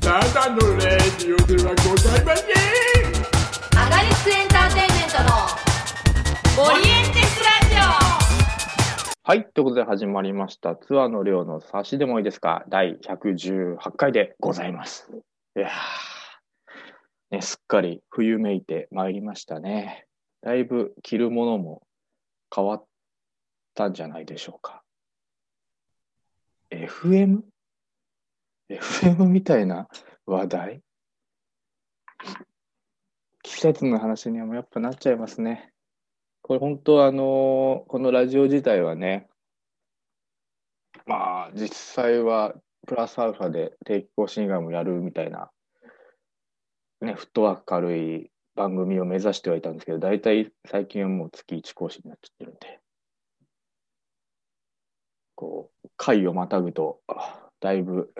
ただのレディオではございませんアガリスクエンターテインメントのオリエンテスラジオはい。ということで始まりました。ツアーの量の差しでもいいですか第118回でございます。いやー、ね、すっかり冬めいてまいりましたね。だいぶ着るものも変わったんじゃないでしょうか。FM?FM みたいな話題季節の話にはもうやっぱなっちゃいますね。これ本当あのこのラジオ自体はね、まあ実際はプラスアルファで定期更新以外もやるみたいな、ね、フットワーク軽い番組を目指してはいたんですけど、大体最近はもう月1更新になっちゃってるんで、こう、回をまたぐと、あだいぶ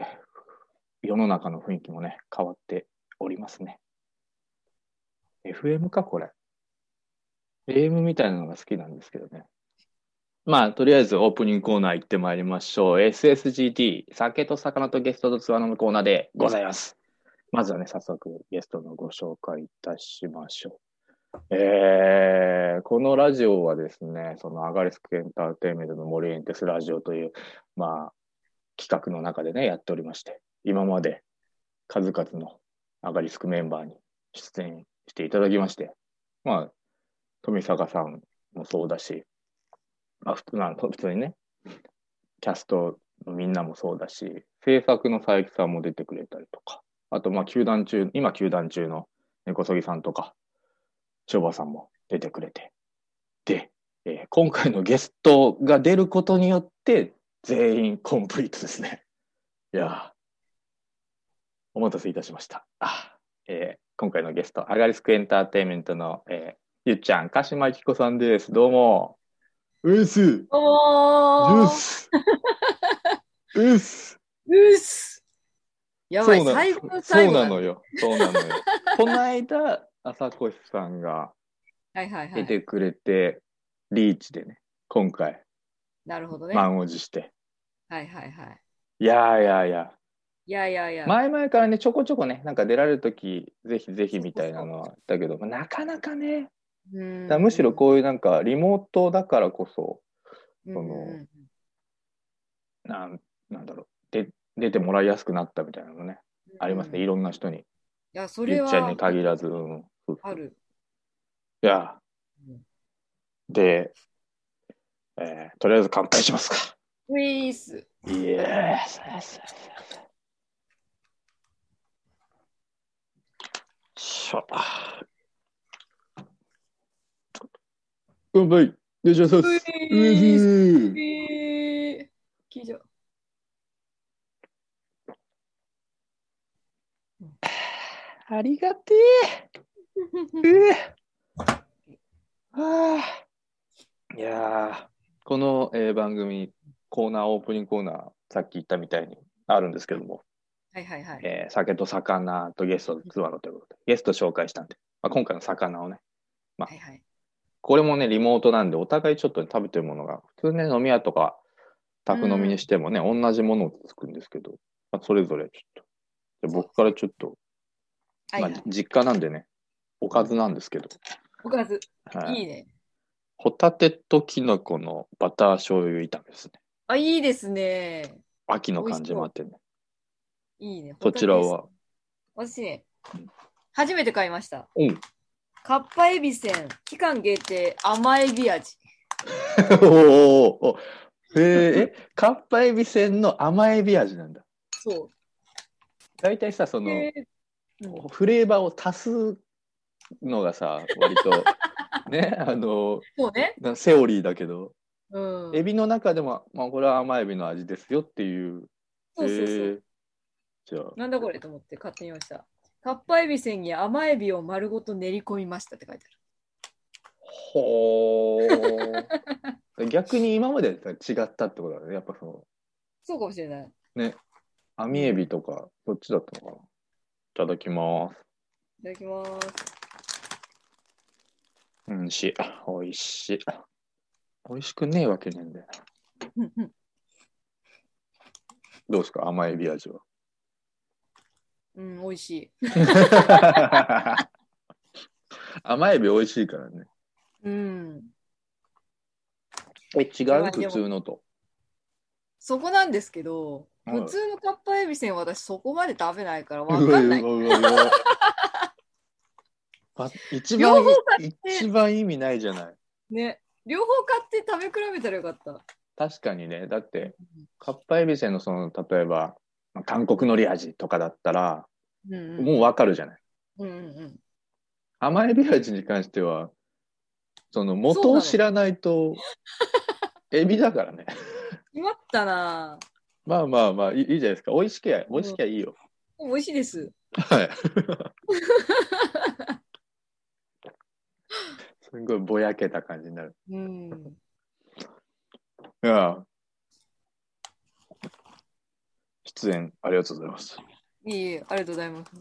世の中の雰囲気もね、変わっておりますね。FM か、これ。AM みたいなのが好きなんですけどね。まあ、とりあえずオープニングコーナー行ってまいりましょう。SSGT、酒と魚とゲストとツアーのコーナーでございます。まずはね、早速ゲストのご紹介いたしましょう。えー、このラジオはですね、そのアガリスクエンターテインメントの森エンテスラジオという、まあ、企画の中でね、やっておりまして、今まで数々のアガリスクメンバーに出演していただきまして、まあ、富坂さんもそうだし、まあ、普通な普通にね、キャストのみんなもそうだし、制作の佐伯さんも出てくれたりとか、あと、まあ、球団中、今、球団中の根こそぎさんとか、翔馬さんも出てくれて、で、えー今回のゲストが出ることによって、全員コンプリートですね。いやーお待たせいたしました。あえー今回のゲスト、アガリスクエンターテインメントの、えーゆっちゃん、鹿島由紀子さんです。どうも。うっす。うおっーす。うっす。うっす やばい、そうな最後のそ最う後なだのよ。そうなのよ。 この間、朝越さんがはいはいは出い。てくれて、リーチでね、今回、なるほどね。はい満を持して。はいはい。いやいやいや。いやいやいや。前々からね、ちょこちょこね、なんか出られるとき、ぜひぜひみたいなのはあったけど、まあなかなかね、だからむしろこういうなんか、リモートだからこそ、うん、そのうんうんなんなんだろう、で出てもらいやすくなったみたいなのね、ありますうね、んいいろんな人に。や、そゆれっちゃんには限らず、うん、そうある。いやうん、で、えーとりあえず乾杯しますか。ウィース。イエス。しょ。乾杯。よいしょ、そうウィでーす。ス。うぃすえー、以上。ありがてえ。うえはあ、いやーこの、えー番組コーナーオープニングコーナーさっき言ったみたいにあるんですけども、はいはいはい。えー酒と魚とゲストとツアーのということでゲスト紹介したんで、まあ、今回の魚をねはいはい。これもねリモートなんでお互いちょっとね食べてるものが普通ね飲み屋とか宅飲みにしてもね、同じものをつくんですけど、まあ、それぞれちょっとで僕からちょっと、はいはいまあ、実家なんでねおかずなんですけど、おかず、はいいいね。ホタテとキノコのバター醤油炒めですね。あ、いいですね。秋の感じもあってね。いいね。そちらは。私ねうん、初めて買いました。おうかっぱえびせん、期間限定甘えび味。おおおお へーえ、かっぱえびせんの甘えび味なんだ。そ。大体さ、そうの、へーうんフレーバーを足すのがさ、割 と、ね、あの、そうね。なセオリーだけど、うん。エビの中でも、まあ、これは甘えびの味ですよっていう。そうそうそへう。ーじゃあ、なんだこれと思って買ってみました。かっぱえびせんに甘えびを丸ごと練り込みましたって書いてある。ほー。 逆に今までとは違ったってことだね。やっぱその、そうかもしれない。網エビとか、そっちだったのかな。いただきます。いただきます。うん、美味しい。美味しい。美味しくねえわけねえんだようんうんどうですか甘エビ味は。うん、美味しい。甘エビ美味しいからね。うん。え、違まうあで普も通のと。そこなんですけど、はい。普通のカッパエビせん私そこまで食べないから分かん ないうわうわうわうわあ一両番方い一番意味ないじゃない。ね。両方買って食べ比べたらよかった。確かにね。だって、かっぱえびせんのその、例えば、まあ韓国のり味とかだったら、うんうん。もうわかるじゃない。うんうん甘エビ味に関しては、その元そうなをの知らないと、エビだからね。うん。まったなぁ。まあまあまあ、いいいいじゃないですか。美味しきゃ、美味しきゃいいよ。美味しいです。はい。すごいぼやけた感じになる。うん。いや。出演ありがとうございます。いえいえ、ありがとうございます。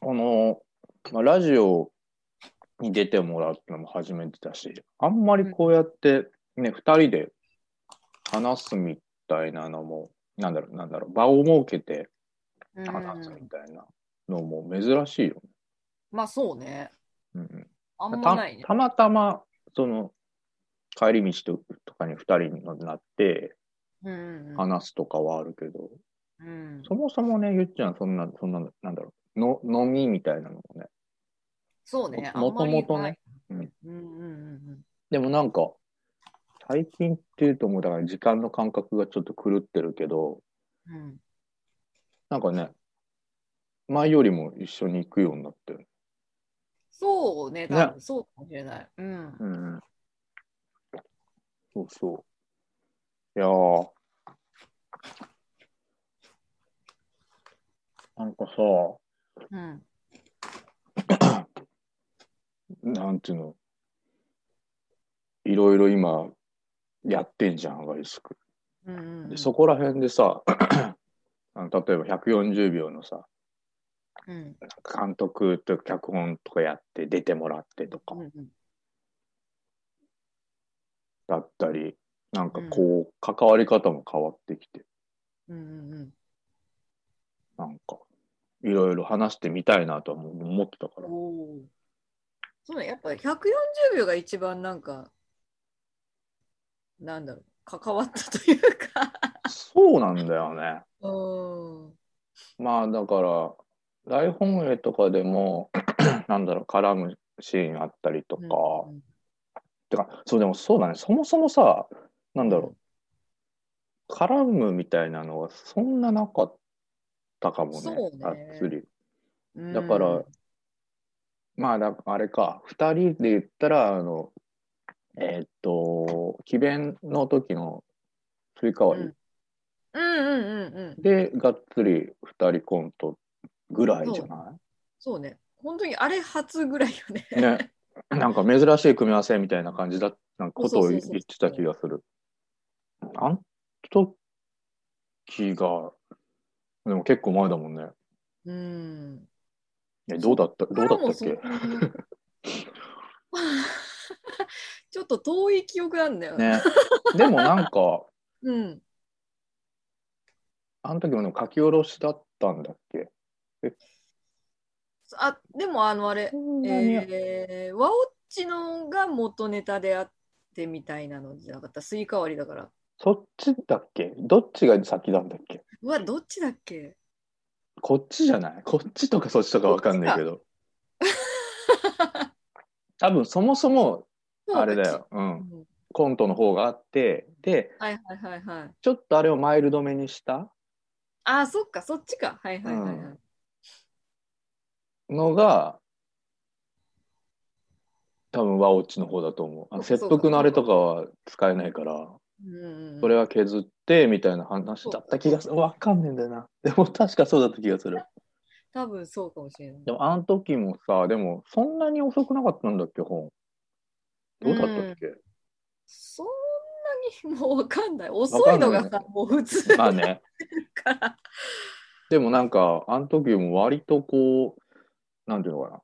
この、まあ、ラジオに出てもらうってのも初めてだし、あんまりこうやってね、二、人で話すみたいなのも、なんだろう、なんだろう、場を設けてう話すん、みたいなのも珍しいよね。まあそうね。うんうんあんまたないね。たまたま、その、帰り道ととかに二人になってうんうんうん。話すとかはあるけど、うん、そもそもね、ゆっちゃん、そんな、そんな、なんだろう、の飲みみたいなのもね。そうね。もあんまりもともとなねい。うんうんうんうんでもなんか、最近っていうともう、だから時間の感覚がちょっと狂ってるけど、うん。うんなんかね、前よりも一緒に行くようになってる。そうね、多分そうかもしれない。うん。うん。そうそう。いやー。なんかさ、うん。なんていうの、いろいろ今、やってんじゃん、アガリスク。うんうんうでん。そこら辺でさ、 あの例えば140秒のさ、うん。監督と脚本とかやって出てもらってとかうんうん。だったり、なんかこう、関わり方も変わってきて、うんうんうん。なんか、いろいろ話してみたいなとはもう思ってたから。おーそうね、やっぱ140秒が一番なんか、なんだろう、関わったというか。そうなんだよね。うん。まあだから、大本営とかでも、 なんだろう、絡むシーンあったりとか、うんてか、そうでもそうだね、そもそもさ、なんだろう、絡むみたいなのはそんななかったかもね、そうねがっつり。うんだから、まあだ、あれか、2人で言ったら、あの、えーっと、奇弁の時のスイカ割りうんうんうんうん。で、がっつり2人コントぐらいじゃなそうね。本当にあれ初ぐらいよね。 いね。なんか珍しい組み合わせみたいな感じだなんかことをそうそ言うっそうそうてた気がする。あん時が、でも結構前だもんね。うん。え、どうだった、どうだったっそれけもそんな ちょっと遠い記憶なんだよね。ね。でもなんか、うん。あの時もでも書き下ろしだったんだっけあ、でもあのあれ、えー、ワオッチのが元ネタであってみたいなのじゃなかった。スイカ割りだから。そっちだっけどっちが先なんだっけうわ、どっちだっけこっちじゃないこっちとかそっちとかわかんないけ ど。多分そもそも、あれだ。よ。う。うんんコントの方があって、で、はいはいはいはい。ちょっとあれをマイルドめにしたあ、そっか、そっちか。はいはいはいはうい。のが、多分ワオッチの方だと思う。あのそうか説得のあれとかは使えないから、うんうんそれは削って、みたいな話だった気がする。わかんねえんだよな。でも確かそうだった気がする。多分そうかもしれない。でもあの時もさ、でもそんなに遅くなかったんだっけ、本。どうだったっけ、そんなにもうわかんない。遅いのがわかんなさ、いもう普通 まあだね。から。でもなんか、あの時も割とこう、なんていうのかな。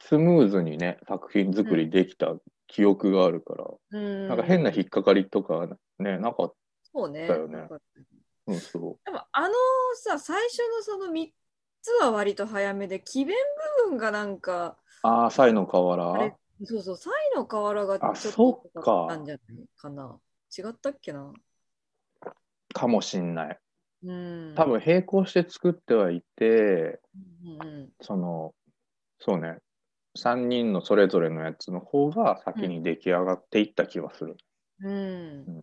スムーズにね、作品作りできた記憶があるから、うんなんか変な引っかかりとかね、なかっそうね。だよねよかったうん、そでもあのさ、最初のその3つは割と早めで、奇弁部分がなんか、う。ああ、サイの河あ原れ。、そうそう、サイの河原があちょっそとっか高ったんじゃないかな。違ったっけな。かもしんない。うん。多分並行して作ってはいて、うんうんその、そうね、3人のそれぞれのやつの方が先に出来上がっていった気がする。うん。うんう。ん。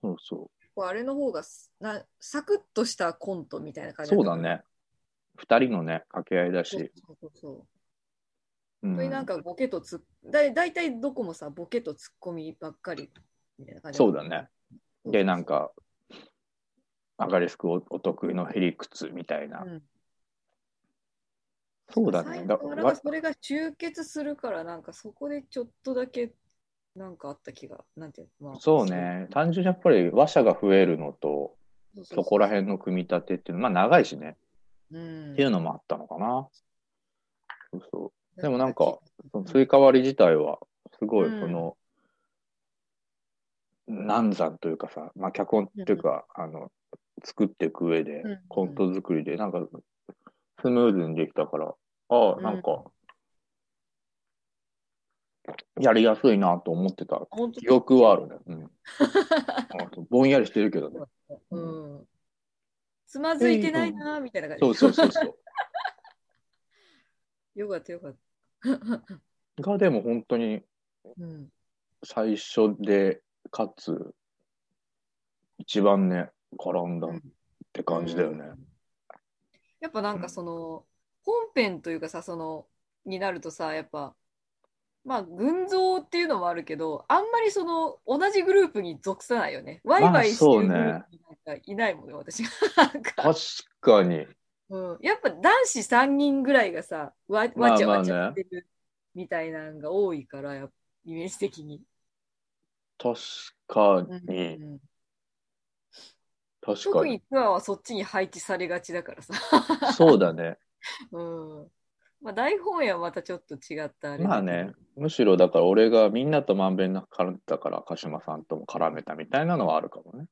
そうそこうあれの方がすなサクッとしたコントみたいなう。感じそうっただね。2人のね、掛け合いだそうし。そうそうそうう本当にん、なんかボケとツッだい大体どこもさボケとツッコミばっかりみたいな感じそうだね。で、なんか、アガリスクおお得意のヘリクツみたいな。うんそうだね。最だ後なんかわそれが集結するからなんかそこでちょっとだけなんかあった気がなんていうの、まあそうね。単純にやっぱり話者が増えるのと、そうそうそうそこら辺の組み立てっていうの、まあ長いしね。うんっていうのもあったのかな。そうそう。でもなんかそのう追加割り自体は、すごい、うんこの、難産というかさ、まあ、脚本っていうか、あの、作っていく上でうんうん、コント作りで、なんか、スムーズにできたから、ああ、なんか、やりやすいなと思ってた本当記憶はあるね。 うん。あとぼんやりしてるけどね。うんつまずいてないなーみたいな感じそうそうそ うそう。よかったよかった、が、でも本当にうん、最初で、かつ、一番ね、絡んだって感じだよね。うんやっぱなんかその、本編というかさそのになるとさやっぱまあ群像っていうのもあるけどあんまりその同じグループに属さないよねワイワイしてるグループなんかいないもんね私がなんか、確かに。うん、やっぱ男子3人ぐらいがさわまあわちゃわちまあゃねしてるみたいなのが多いからやっぱイメージ的に。確かうんに。うん確か特にに。ツアーはそっちに配置されがちだからさ。そう だね。うんまあ、大本営はまたちょっと違ったあれまあね。むしろだから俺がみんなとまんべんなく絡んでたから鹿島さんとも絡めたみたいなのはあるかもね。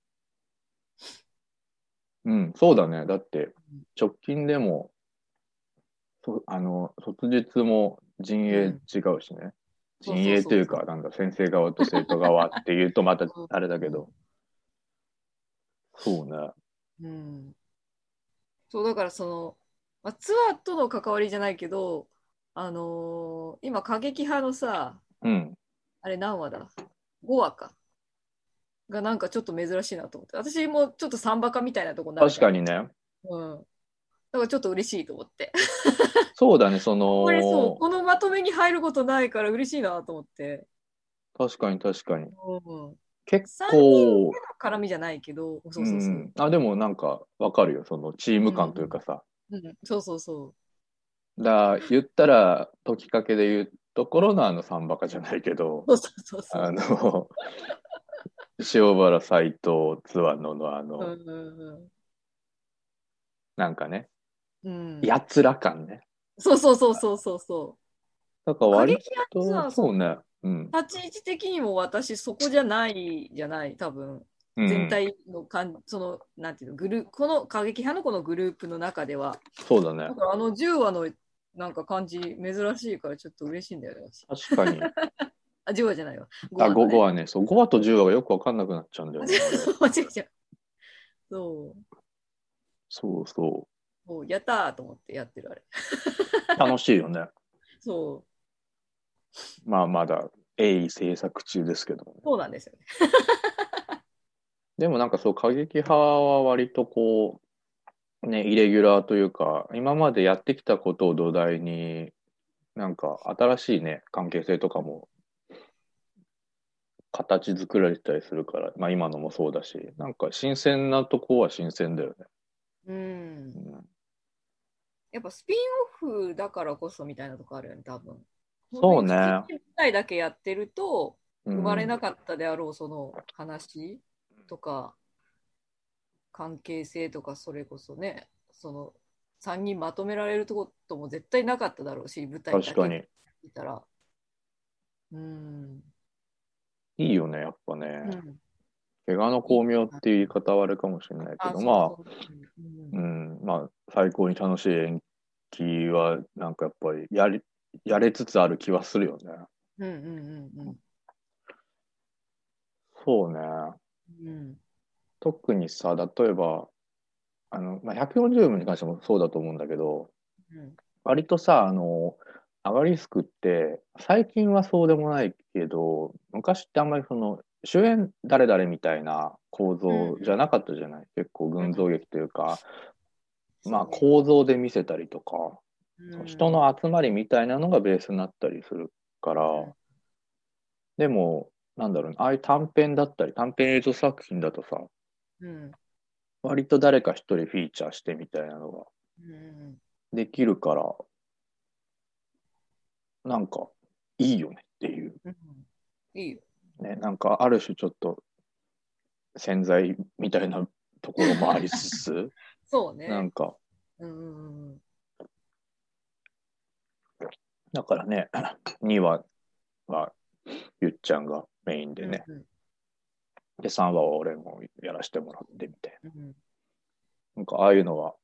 うん、そうだね。だって直近でも、そあの、卒日も陣営違うしね。うん陣営というそうか、なんだ、先生側と生徒側っていうとまたあれだけど。そうね。うん、そうだからその、まあ、ツアーとの関わりじゃないけど、あのー今過激派のさうん。あれ何話だ5話かがなんかちょっと珍しいなと思って私もちょっとサンバカみたいなとこになる確かに、にね。うん、だからちょっと嬉しいと思ってそうだね、そのこ、れそうこのまとめに入ることないから嬉しいなと思って、確かに確かに。うん、結三人構目、の絡みじゃないけどそうそうそうう、んあ、でもなんかわかるよ、そのチーム感というかさ。うん、そうそうそうだ言ったら、解きかけで言うところのあの三バカじゃないけど、そうそうそうそうあの、塩原斎藤ツアノのあの、うんうんなんかね、うんうん、やつら感ね。そうそうそうそうそうそなんかう。過割激派ツアと、ーそそううね。うん。立ち位置的にも私そこじゃないじゃない多分うん全体のかん、そのなんていうのグルこの過激派のこのグループの中ではそうだねだ。からあの10話のなんか感じ珍しいからちょっと嬉しいんだよね私 確かに。あ10話じゃないわあ、話、5, ね、はね、そう、5話と10話がよくわかんなくなっちゃうんだよ ね。間違えちゃうそうそうそそうやったーと思ってやってるあれう。楽しいよね。そうまあ、まだ鋭意制作中ですけどもね。そうなんですよねでもなんかそう、過激派は割とこう、ね、イレギュラーというか、今までやってきたことを土台に、なんか新しいね、関係性とかも、形作られたりするから、まあ今のもそうだし、なんか新鮮なとこは新鮮だよね。うんうんやっぱスピンオフだからこそみたいなとこあるよね、多分。そうね本当に一回だけやってると、うん生まれなかったであろうその話とか、関係性とか、それこそね、その3人まとめられることも絶対なかっただろうし、舞台だ確かけに。見たら。うん。いいよね、やっぱね。うん怪我の巧妙っていう言い方はあれかもしれないけど、まあ、そうそううんうん、まあ、最高に楽しい延期は、なんかやっぱりやり、やれつつある気はするよね。うんうんうんそうね。うんうん特にさ、例えば、あの、まあ、140分に関してもそうだと思うんだけど、うん割とさ、あの、アガリスクって、最近はそうでもないけど、昔ってあんまりその、主演誰々みたいな構造じゃなかったじゃない、結構群像劇というか、まあ構造で見せたりとか、うん人の集まりみたいなのがベースになったりするから、うんでも、なんだろうね、ああいう短編だったり、短編映像作品だとさ、うん割と誰か一人フィーチャーしてみたいなのがうんできるから、なんかいいよねっていう、うんいいよ。ね、なんかある種ちょっと潜在みたいなところもありつつ、そう ね。なんか、うんうんうんだからね、2話はゆっちゃんがメインでね、うんで、3話は俺もやらせてもらってみたいうんな。なんか、ああいうのは、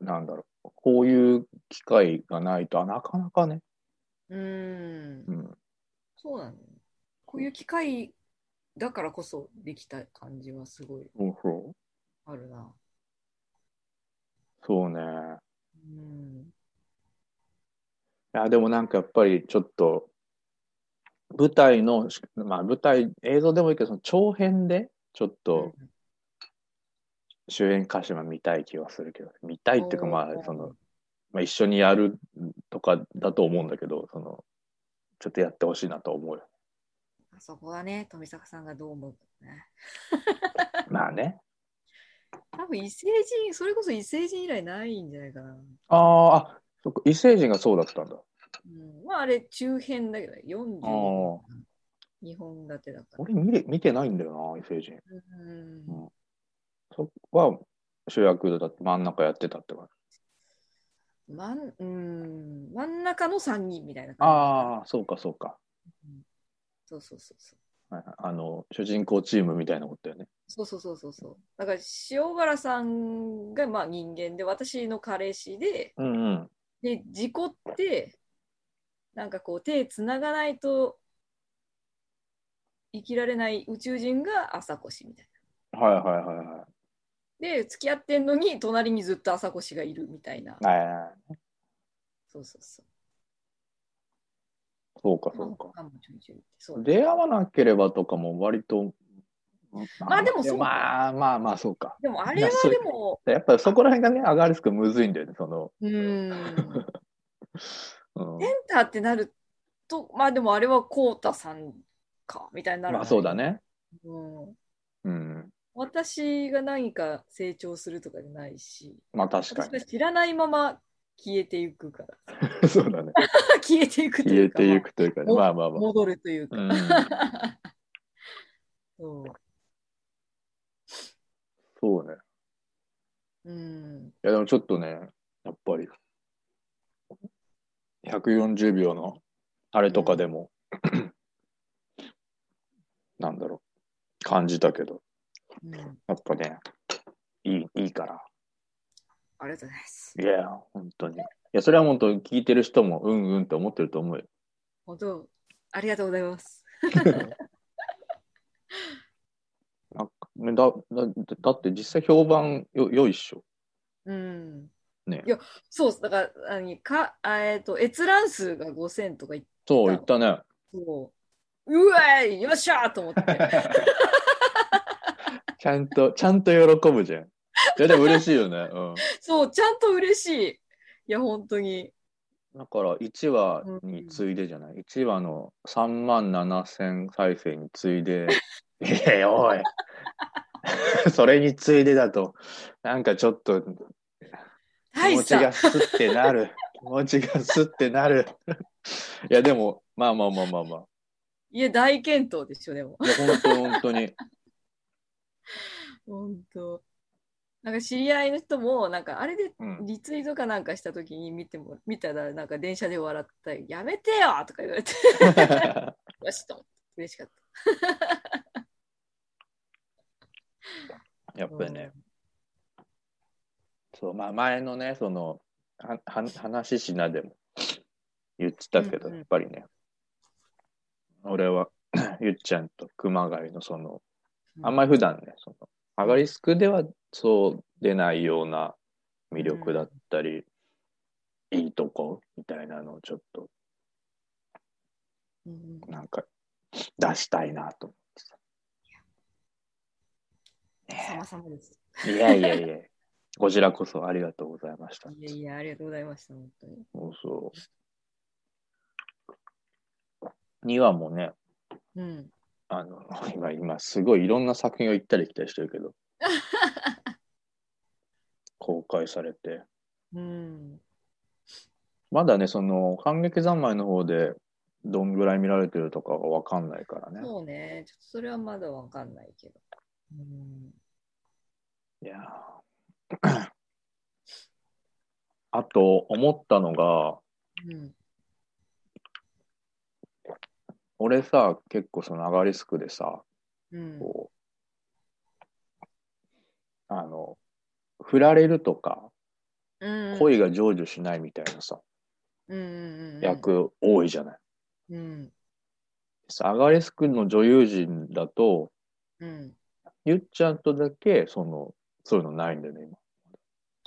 なんだろう、こういう機会がないと、なかなかね、うんうんうん、そうなんだよね。こういう機会だからこそできた感じはすごいそうそう。あるな。そうね。うん。いや、でもなんかやっぱりちょっと、舞台の、まあ舞台、映像でもいいけど、その長編で、ちょっと主演鹿島見たい気はするけど、見たいっていうか、おーまあ、その、まあ、一緒にやるとかだと思うんだけど、その、ちょっとやってほしいなと思うよ。あそこはね、富坂さんがどう思うかね。まあね。多分異星人、それこそ異星人以来ないんじゃないかな。あーあ、そっか、異星人がそうだったんだ。うん、まああれ中編だけどね、40日本立てだから。俺見れ、見てないんだよな、異星人。うんそこは主役だって真ん中やってたって感じ。真んうん真ん中の3人みたいな感じ。ああ、そうか、そうか。そうそうそうそう。はいはいあの、主人公チームみたいなことだよね。そうそうそうそうそう。だから塩原さんがまあ人間で私の彼氏でうんうん。で事故ってなんかこう手つながないと生きられない宇宙人が朝越みたいはいはいはいはい。な。で付き合ってんのに隣にずっと朝越がいるみたいな。はいはいはいそうそうそう。そうか、まそあうか。他もちょいちょいそう出会わなければとかも割と、まあでもそうまあまあまあ、そうか。でもあれはでもやっぱそこら辺がね、上がるスクむずいんだよね、その。うーん。うん、センターってなると、まあでもあれはコウタさんかみたいになる、まあそうだ。ね。うん、うん。私が何か成長するとかじゃないし、まあ確か私が知らないまま消えていくから。 に。 そうだね。消えていくと消いえうか、ていくというかね。おまあままああまあ。戻るというか。うん、そそうね。ううん、いやでもちょっとね、やっぱり、140秒のあれとかでも、なんだろう、感じたけど、うん。やっぱね、いい、いいから。ありがとうございます。いや、本当に。いや、それは本当に聞いてる人も、うんうんって思ってると思うよ。本当、ありがとうございます。なんかねだだだって実際評判よ良いっしょ。うん。ねいや、そうっすだから、何か、あえっ、と、閲覧数が5000とかいっそう、言ったね。そう。うわいよっしゃーと思って。 ちゃんと、ちゃんと喜ぶじゃん。いや、でも嬉しいよね。うん。そう、ちゃんと嬉しい。いや、本当に。だから1話に次いでじゃない、?1 話の3万7千再生に次いで、いやいやおい、 それに次いでだと、なんかちょっと気大持しちがた。スッてなる。気持ちがスッてなる。いや、でも、まあまあまあまあまいや、大健闘でしょ、でも。あ。いや、本当本当に。本当。なんか知り合いの人も、なんかあれで うん。リツイートかなんかしたときに見ても、見たら、 なんか電車で笑ったり、やめてよとか言われて、よしと思って、嬉しかった。やっぱりね、そう、まあ前のね、その、は、は、話し品でも言ってたけど、うんうんやっぱりね、俺は ゆっちゃんと熊谷のその、あんまり普段ね、その、アガリスクではそう出ないような魅力だったり、いいとこみたいなのをちょっと、うんうんなんか、出したいなと思ってさ。様ね々です。えいやいやい や、こちらこそありがとうございました。いやいや、ありがとうございました、本当に。そうそう。2話もね、うん。あの、 今、今、すごいいろんな作品を行ったり来たりしてるけど、公開されて、うん。まだね、その、感激三昧の方で、どんぐらい見られてるとかがわかんないからね。そうね、ちょっとそれはまだわかんないけど。うん。いやー あと、思ったのが、うん。俺さ、結構その、アガリスクでさ、うん。こう、あの、振られるとか、うん。恋が成就しないみたいなさ、うんうんうん。役多いじゃない。うん。さアガレスクの女優陣だと、うん。ゆっちゃんとだけ、その、そういうのないんだよね、今。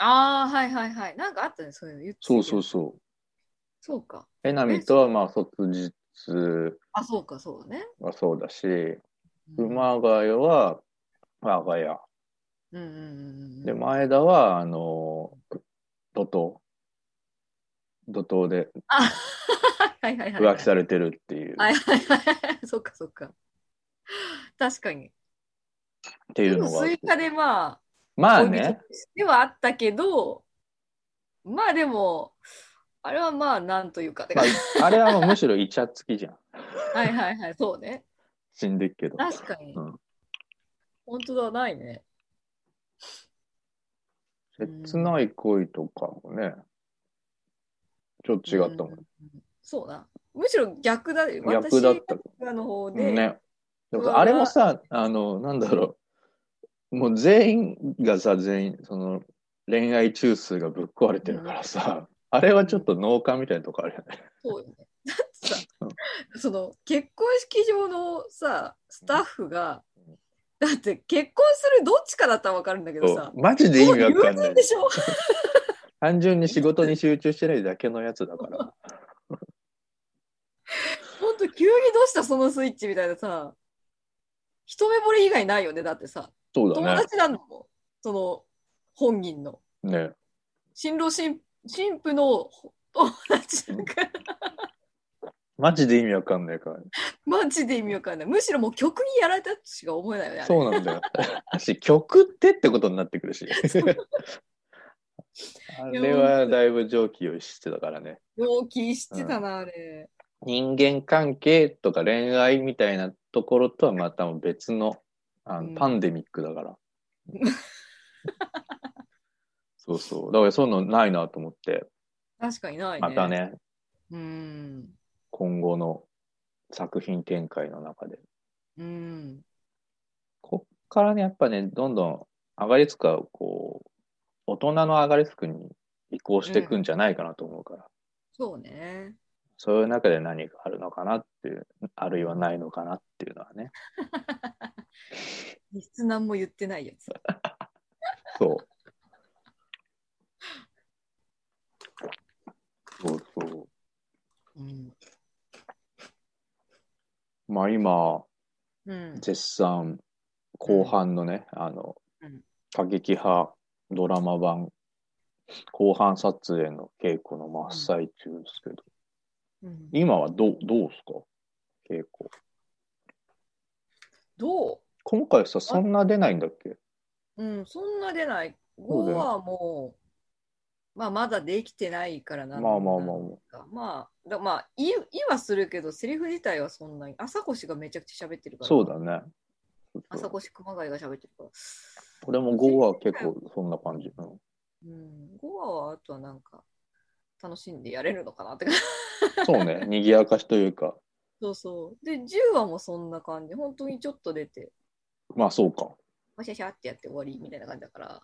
ああ、はいはいはい。なんかあったね、そういうの言ってたけそうどそうそう。そうか。えなみとは、まあ、卒日あ、そうか、そうだね。はそうだし、うん熊谷は、我が家。うんうんうんうん。で、前田は、あの、怒涛。怒涛であはいはいはい。浮気されてるっていう、はいはいはい。そっかそっか。確かに。っていでうものがあっスて。イカでままあ、あ恋人ね、としてはあったけど、まあでも、あれはまあなんというかってま感じ。あ、あれはもうむしろイチャつき じゃん。はいはいはい、そうね。死んでっけど。確かに。うん本当だ、ないね。切ない恋とかもね、ちょっと違ったもん。うんそうな。むしろ逆だよ。逆だった私がの方うで、んね。でもうさわあれもさ、あの、なんだろう。もう全員がさ、全員、その、恋愛中枢がぶっ壊れてるからさ、あれはちょっと農家みたいなとこあるよね。そうよね。 だってさうん、その結婚式場のさ、スタッフがうん、だって結婚するどっちかだったらわかるんだけどさ、マジで意もう味わか友んない人。でしょ 単純に仕事に集中してないだけのやつだから。ほんと急にどうしたそのスイッチみたいなさ、一目惚れ以外ないよね、だってさ、そう 友だね。達なんだもん、その本人の。ね。新郎新新婦の友達だから、マジで意味わかんないから。マジで意味わかんない。むしろもう曲にやられたとしか思えないよね。あれそうなんだよ。私、曲ってってことになってく るし。あれはだいぶ上気をしてたからね。よう気してたな、あれ。人間関係とか恋愛みたいなところとはまた別のあの、うんパンデミックだから。そうそう。だからそういうのないなと思って、確かにないね。またね、うん。今後の作品展開の中で。うん。こっからね、やっぱね、どんどん上がりつくは、こう、大人の上がりつくに移行していくんじゃないかなと思うから、そうね。そういう中で何があるのかなっていう、あるいはないのかなっていうのはね。実質何も言ってないやつ。そう。そうそうん。う。まあ今、うん。絶賛、後半のね、あのうん、過激派ドラマ版、後半撮影の稽古の真っ最中ですけど、うん今はどう、どうですか稽古。ど今回さ、そんな出ないんだっけううん、そんな出ない。そう5だよはもう、まあ、まだできてないからなんまあまあまああ。まあ、だまあ、言い言いはするけど、セリフ自体はそんなに。朝越がめちゃくちゃ喋ってるから。そうだね。朝越熊谷が喋ってるから。これも5は結構そんな感じ。うんうん。5話はあとはなんか、楽しんでやれるのかなって。そうね、賑やかしというか、そうそう。で、10話もそんな感じ。本当にちょっと出て、まあそうか。わしゃしゃってやって終わりみたいな感じだから。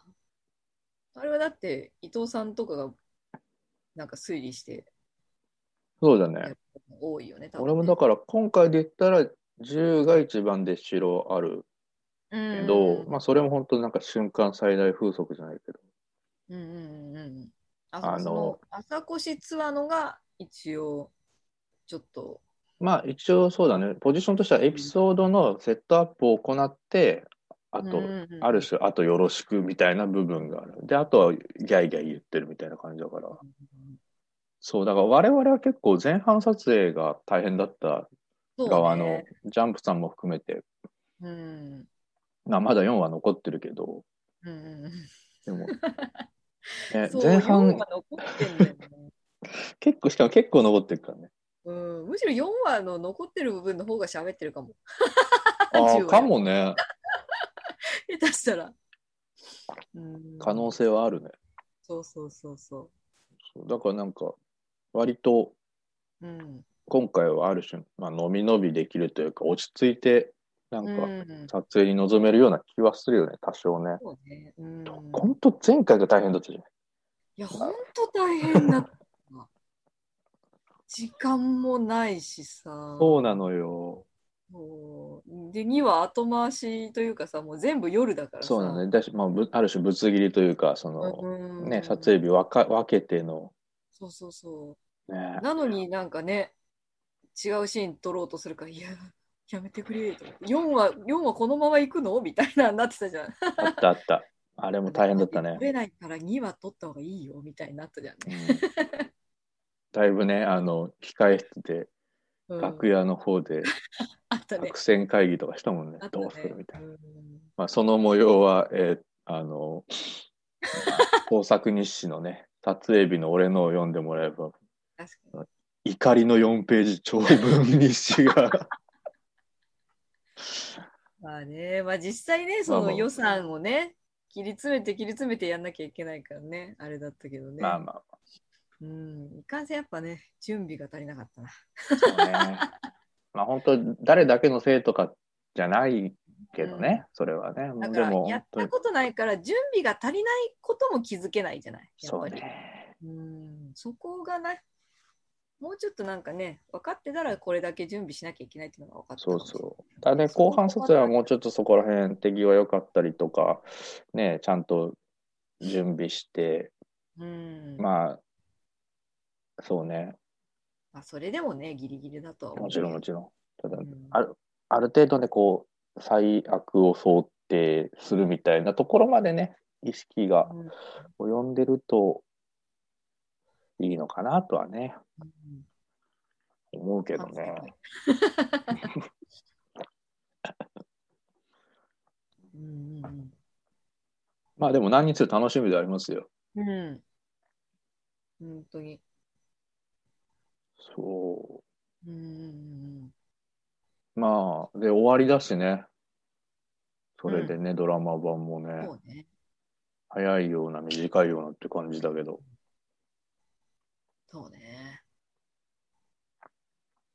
あれはだって、伊藤さんとかが、なんか推理して、そうだね。多いよね、多分俺ね、もだから今回で言ったら10が一番で白あるらけど、まあそれも本当なんか瞬間最大風速じゃないけど。うんうんうんうん。ああのその、朝越ツアのが一応、ちょっと、まあ一応そうだね、ポジションとしてはエピソードのセットアップを行って、あと、あるし、種、あとよろしくみたいな部分がある。で、あとはギャイギャイ言ってるみたいな感じだから。そう、だから我々は結構前半撮影が大変だったそうね側の、ジャンプさんも含めて、うんまあまだ4話残ってるけど、うんうん でも、ねそう前4半話残ってんだよね結構、しかも結構残ってるからね。うん、むしろ4話の残ってる部分の方が喋ってるかも。 あ10あ、話かもね。下手したら。うん可能性はあるね。そうそうそうそそうだからなんか、割とう。うん。今回はある種、まあ、伸び伸びできるというか、落ち着いて、なんうか、ん、撮影に臨めるような気はするよね、多少ね。そうね。うん。い本当前回が大変だったじゃん。や、ほんと大変だ った。時間もないしさ。そうなのよ。もうで、2は後回しというかさ、もう全部夜だからさ。そうなのね。だし、まあ、ぶある種ぶつ切りというか、その、うんね、撮影日分か分けての、そうそうそねう。。なのになんかね、違うシーン撮ろうとするから、いや、やめてくれと。4は、4はこのまま行くのみたいな、なってたじゃん。あったあった。あれも大変だっ たね撮。れないから2は撮った方がいいよ、みたいになったじゃんね。うんだいぶね、あの、控え室で、うん楽屋の方で、あったね。作戦会議とかしたもんねあ。ったねどうするみたいな。うんまあ、その模様は、えー あの、工作日誌のね、撮影日の俺のを読んでもらえば、確かに。怒りの4ページ長文日誌がまあね、まあ実際ね、そまあのまあ予算をね、切り詰めて切り詰めてやんなきゃいけないからね、あれだったけどね。 まあまうん、いかんせんやっぱね、準備が足りなかったな。あそうねまあ本当誰だけのせいとかじゃないけどね、それはねだでから、もや本っ当たにことないから、準備が足りないことも気づけないじゃない。やっそぱうり。ねうん、そこがな、もうちょっとなんかね、分かってたらこれだけ準備しなきゃいけないっていうのが分かったそうう。そうだね後半卒はもうちょっとそこら辺手際良かったりとかねちゃんと準備してうん、まあ、まあそうねそれでもね、ギリギリだとは思うもちろんもちろんただうんあるある程度ね、こう、最悪を想定するみたいなところまでね、意識がうん及んでるといいのかなとはね、うん思うけどね。うんうんまあでも何にする楽しみでありますよ。うん。うん。本当に。そうんうんう。まあ、で、終わりだしね。それでね、ドラマ版もうんうん。ねそ、うね。早いような短いようなって感じだけど、そうね。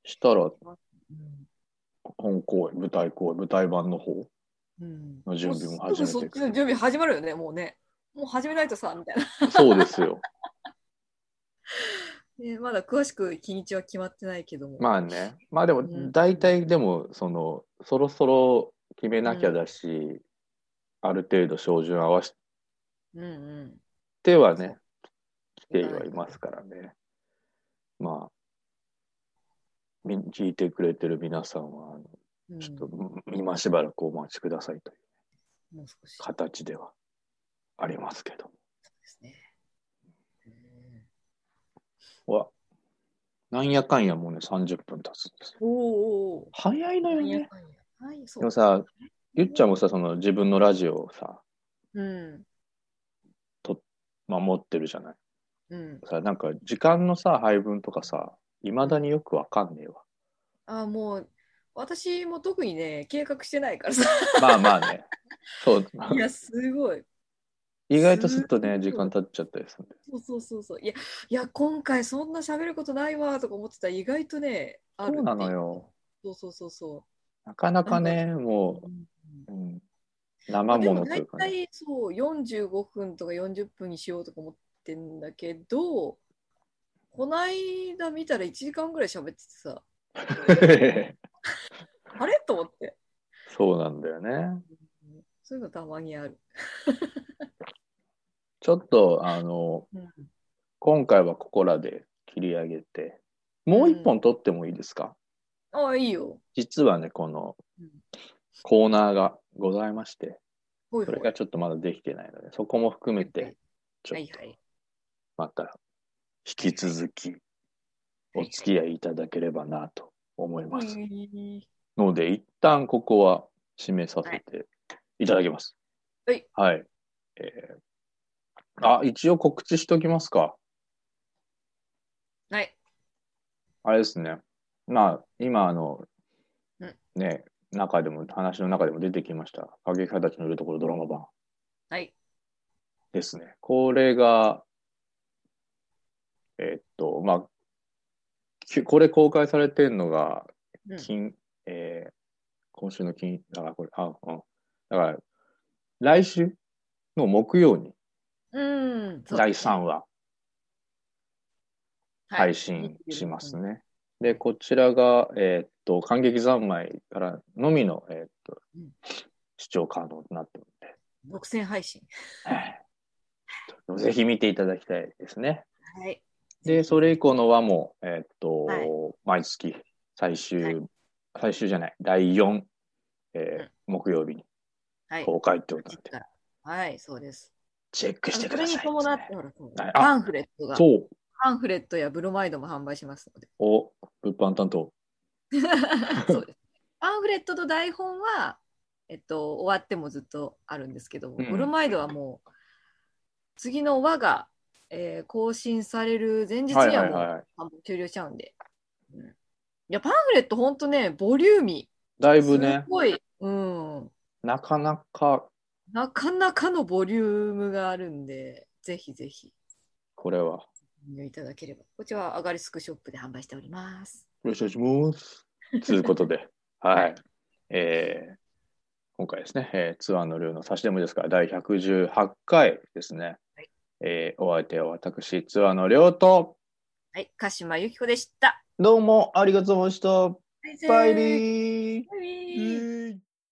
したらうん本公演、舞台公演、舞台版の方。うんの準備も始めてうすぐそっちの準備始まるよね、もうね。もう始めないとさ、みたいな。 そうですよ。ねまだ詳しく日にちは決まってないけども。 まあね。まあでもん、大体でも、その、そろそろ決めなきゃだし、ある程度照準合わせうんうん。てはね、来てはいますからね。まあ、み聞いてくれてる皆さんは、あのうん、ちょっと、今しばらくお待ちくださいというもう少し形ではありますけど。ですね。うんわ、なんやかんやもうね、30分経つんですよ。おーおー早いのおー。よなんやね。かんやはい、そでもう。さ、ゆっちゃんもさ、その自分のラジオをさ、うん。守ってるじゃない。うん。さ、なんか時間のさ、配分とかさ、いまだによくわかんねえわ。あー、もう、私も特にね、計画してないからさ。 まあまあね。そう。いや、すごい。意外とすっとすね、ごい時間経っちゃったりするんで。そうそうそうそう。いや、いや今回そんな喋ることないわとか思ってたら意外とね、あそるっていうなの。よ。そうそうそうそなかなかね、う。もう、うん、生でもものとい大うかね。体そう45分とか40分にしようとか思ってんだけど、こないだ見たら1時間ぐらい喋っててさ、あれと思って。 そうなんだよね。そういうのたまにある。ちょっと、あの、うん今回はここらで切り上げて、もう一本撮ってもいいですか、ああ、いいよ。実はね、このうんコーナーがございまして、ほいそほいれがちょっとまだできてないので、そこも含めて、ちょはっいとはい。また引き続きお付き合いいただければなと思います。はいので、一旦ここは締めさせていただきます。はい。はい。えーあ、一応告知しときますか。はい。あれですね。まあ、今、あのうん、ね、中でも、話の中でも出てきました。影たちのいるところドラマ版はい。ですね。これが、えっと、まあ、きこれ公開されてるのが、うん金、えー今週の金、だからこれ、あ、うん。だから、来週の木曜に、うん。そう第3話配はい信しますね。で、こちらが、えーっと、感激三昧からのみの、えーっとうん、視聴可能となっておるので独占配信。はい、ぜひ見ていただきたいですね。はい。で、それ以降の輪も、えーっと、はい毎月最終、はい最終じゃない、第4、えーうん木曜日にはい。公開ってことなんで、はい、そうです。チェックしてくだそれにさい、伴って、ほら、そうはいあパンフレットが、そう、パンフレットやブロマイドも販売しますので。 お、物販担当。そうです。パンフレットと台本は、えっと、終わってもずっとあるんですけども、うんブロマイドはもう、次の輪が、えー更新される前日にははいもう、はいはい。あもう終了しちゃうんで。うんいや、パンフレットほんとね、ボリューミだいー。ぶねす、ごい。うん。なかなかなかなかのボリュームがあるんで、ぜひぜひ、これは、ご入いただければ。こちらはアガリスクショップで販売しております。よろしくお願いします。ということ で、はい。えー今回ですね、えーツアーの量の差しでもですから、第118回ですね。はいえーお相手は私、ツアーの量と、はい、鹿島由紀子でした。どうもありがとうございました。バイビーバイビーイエーイ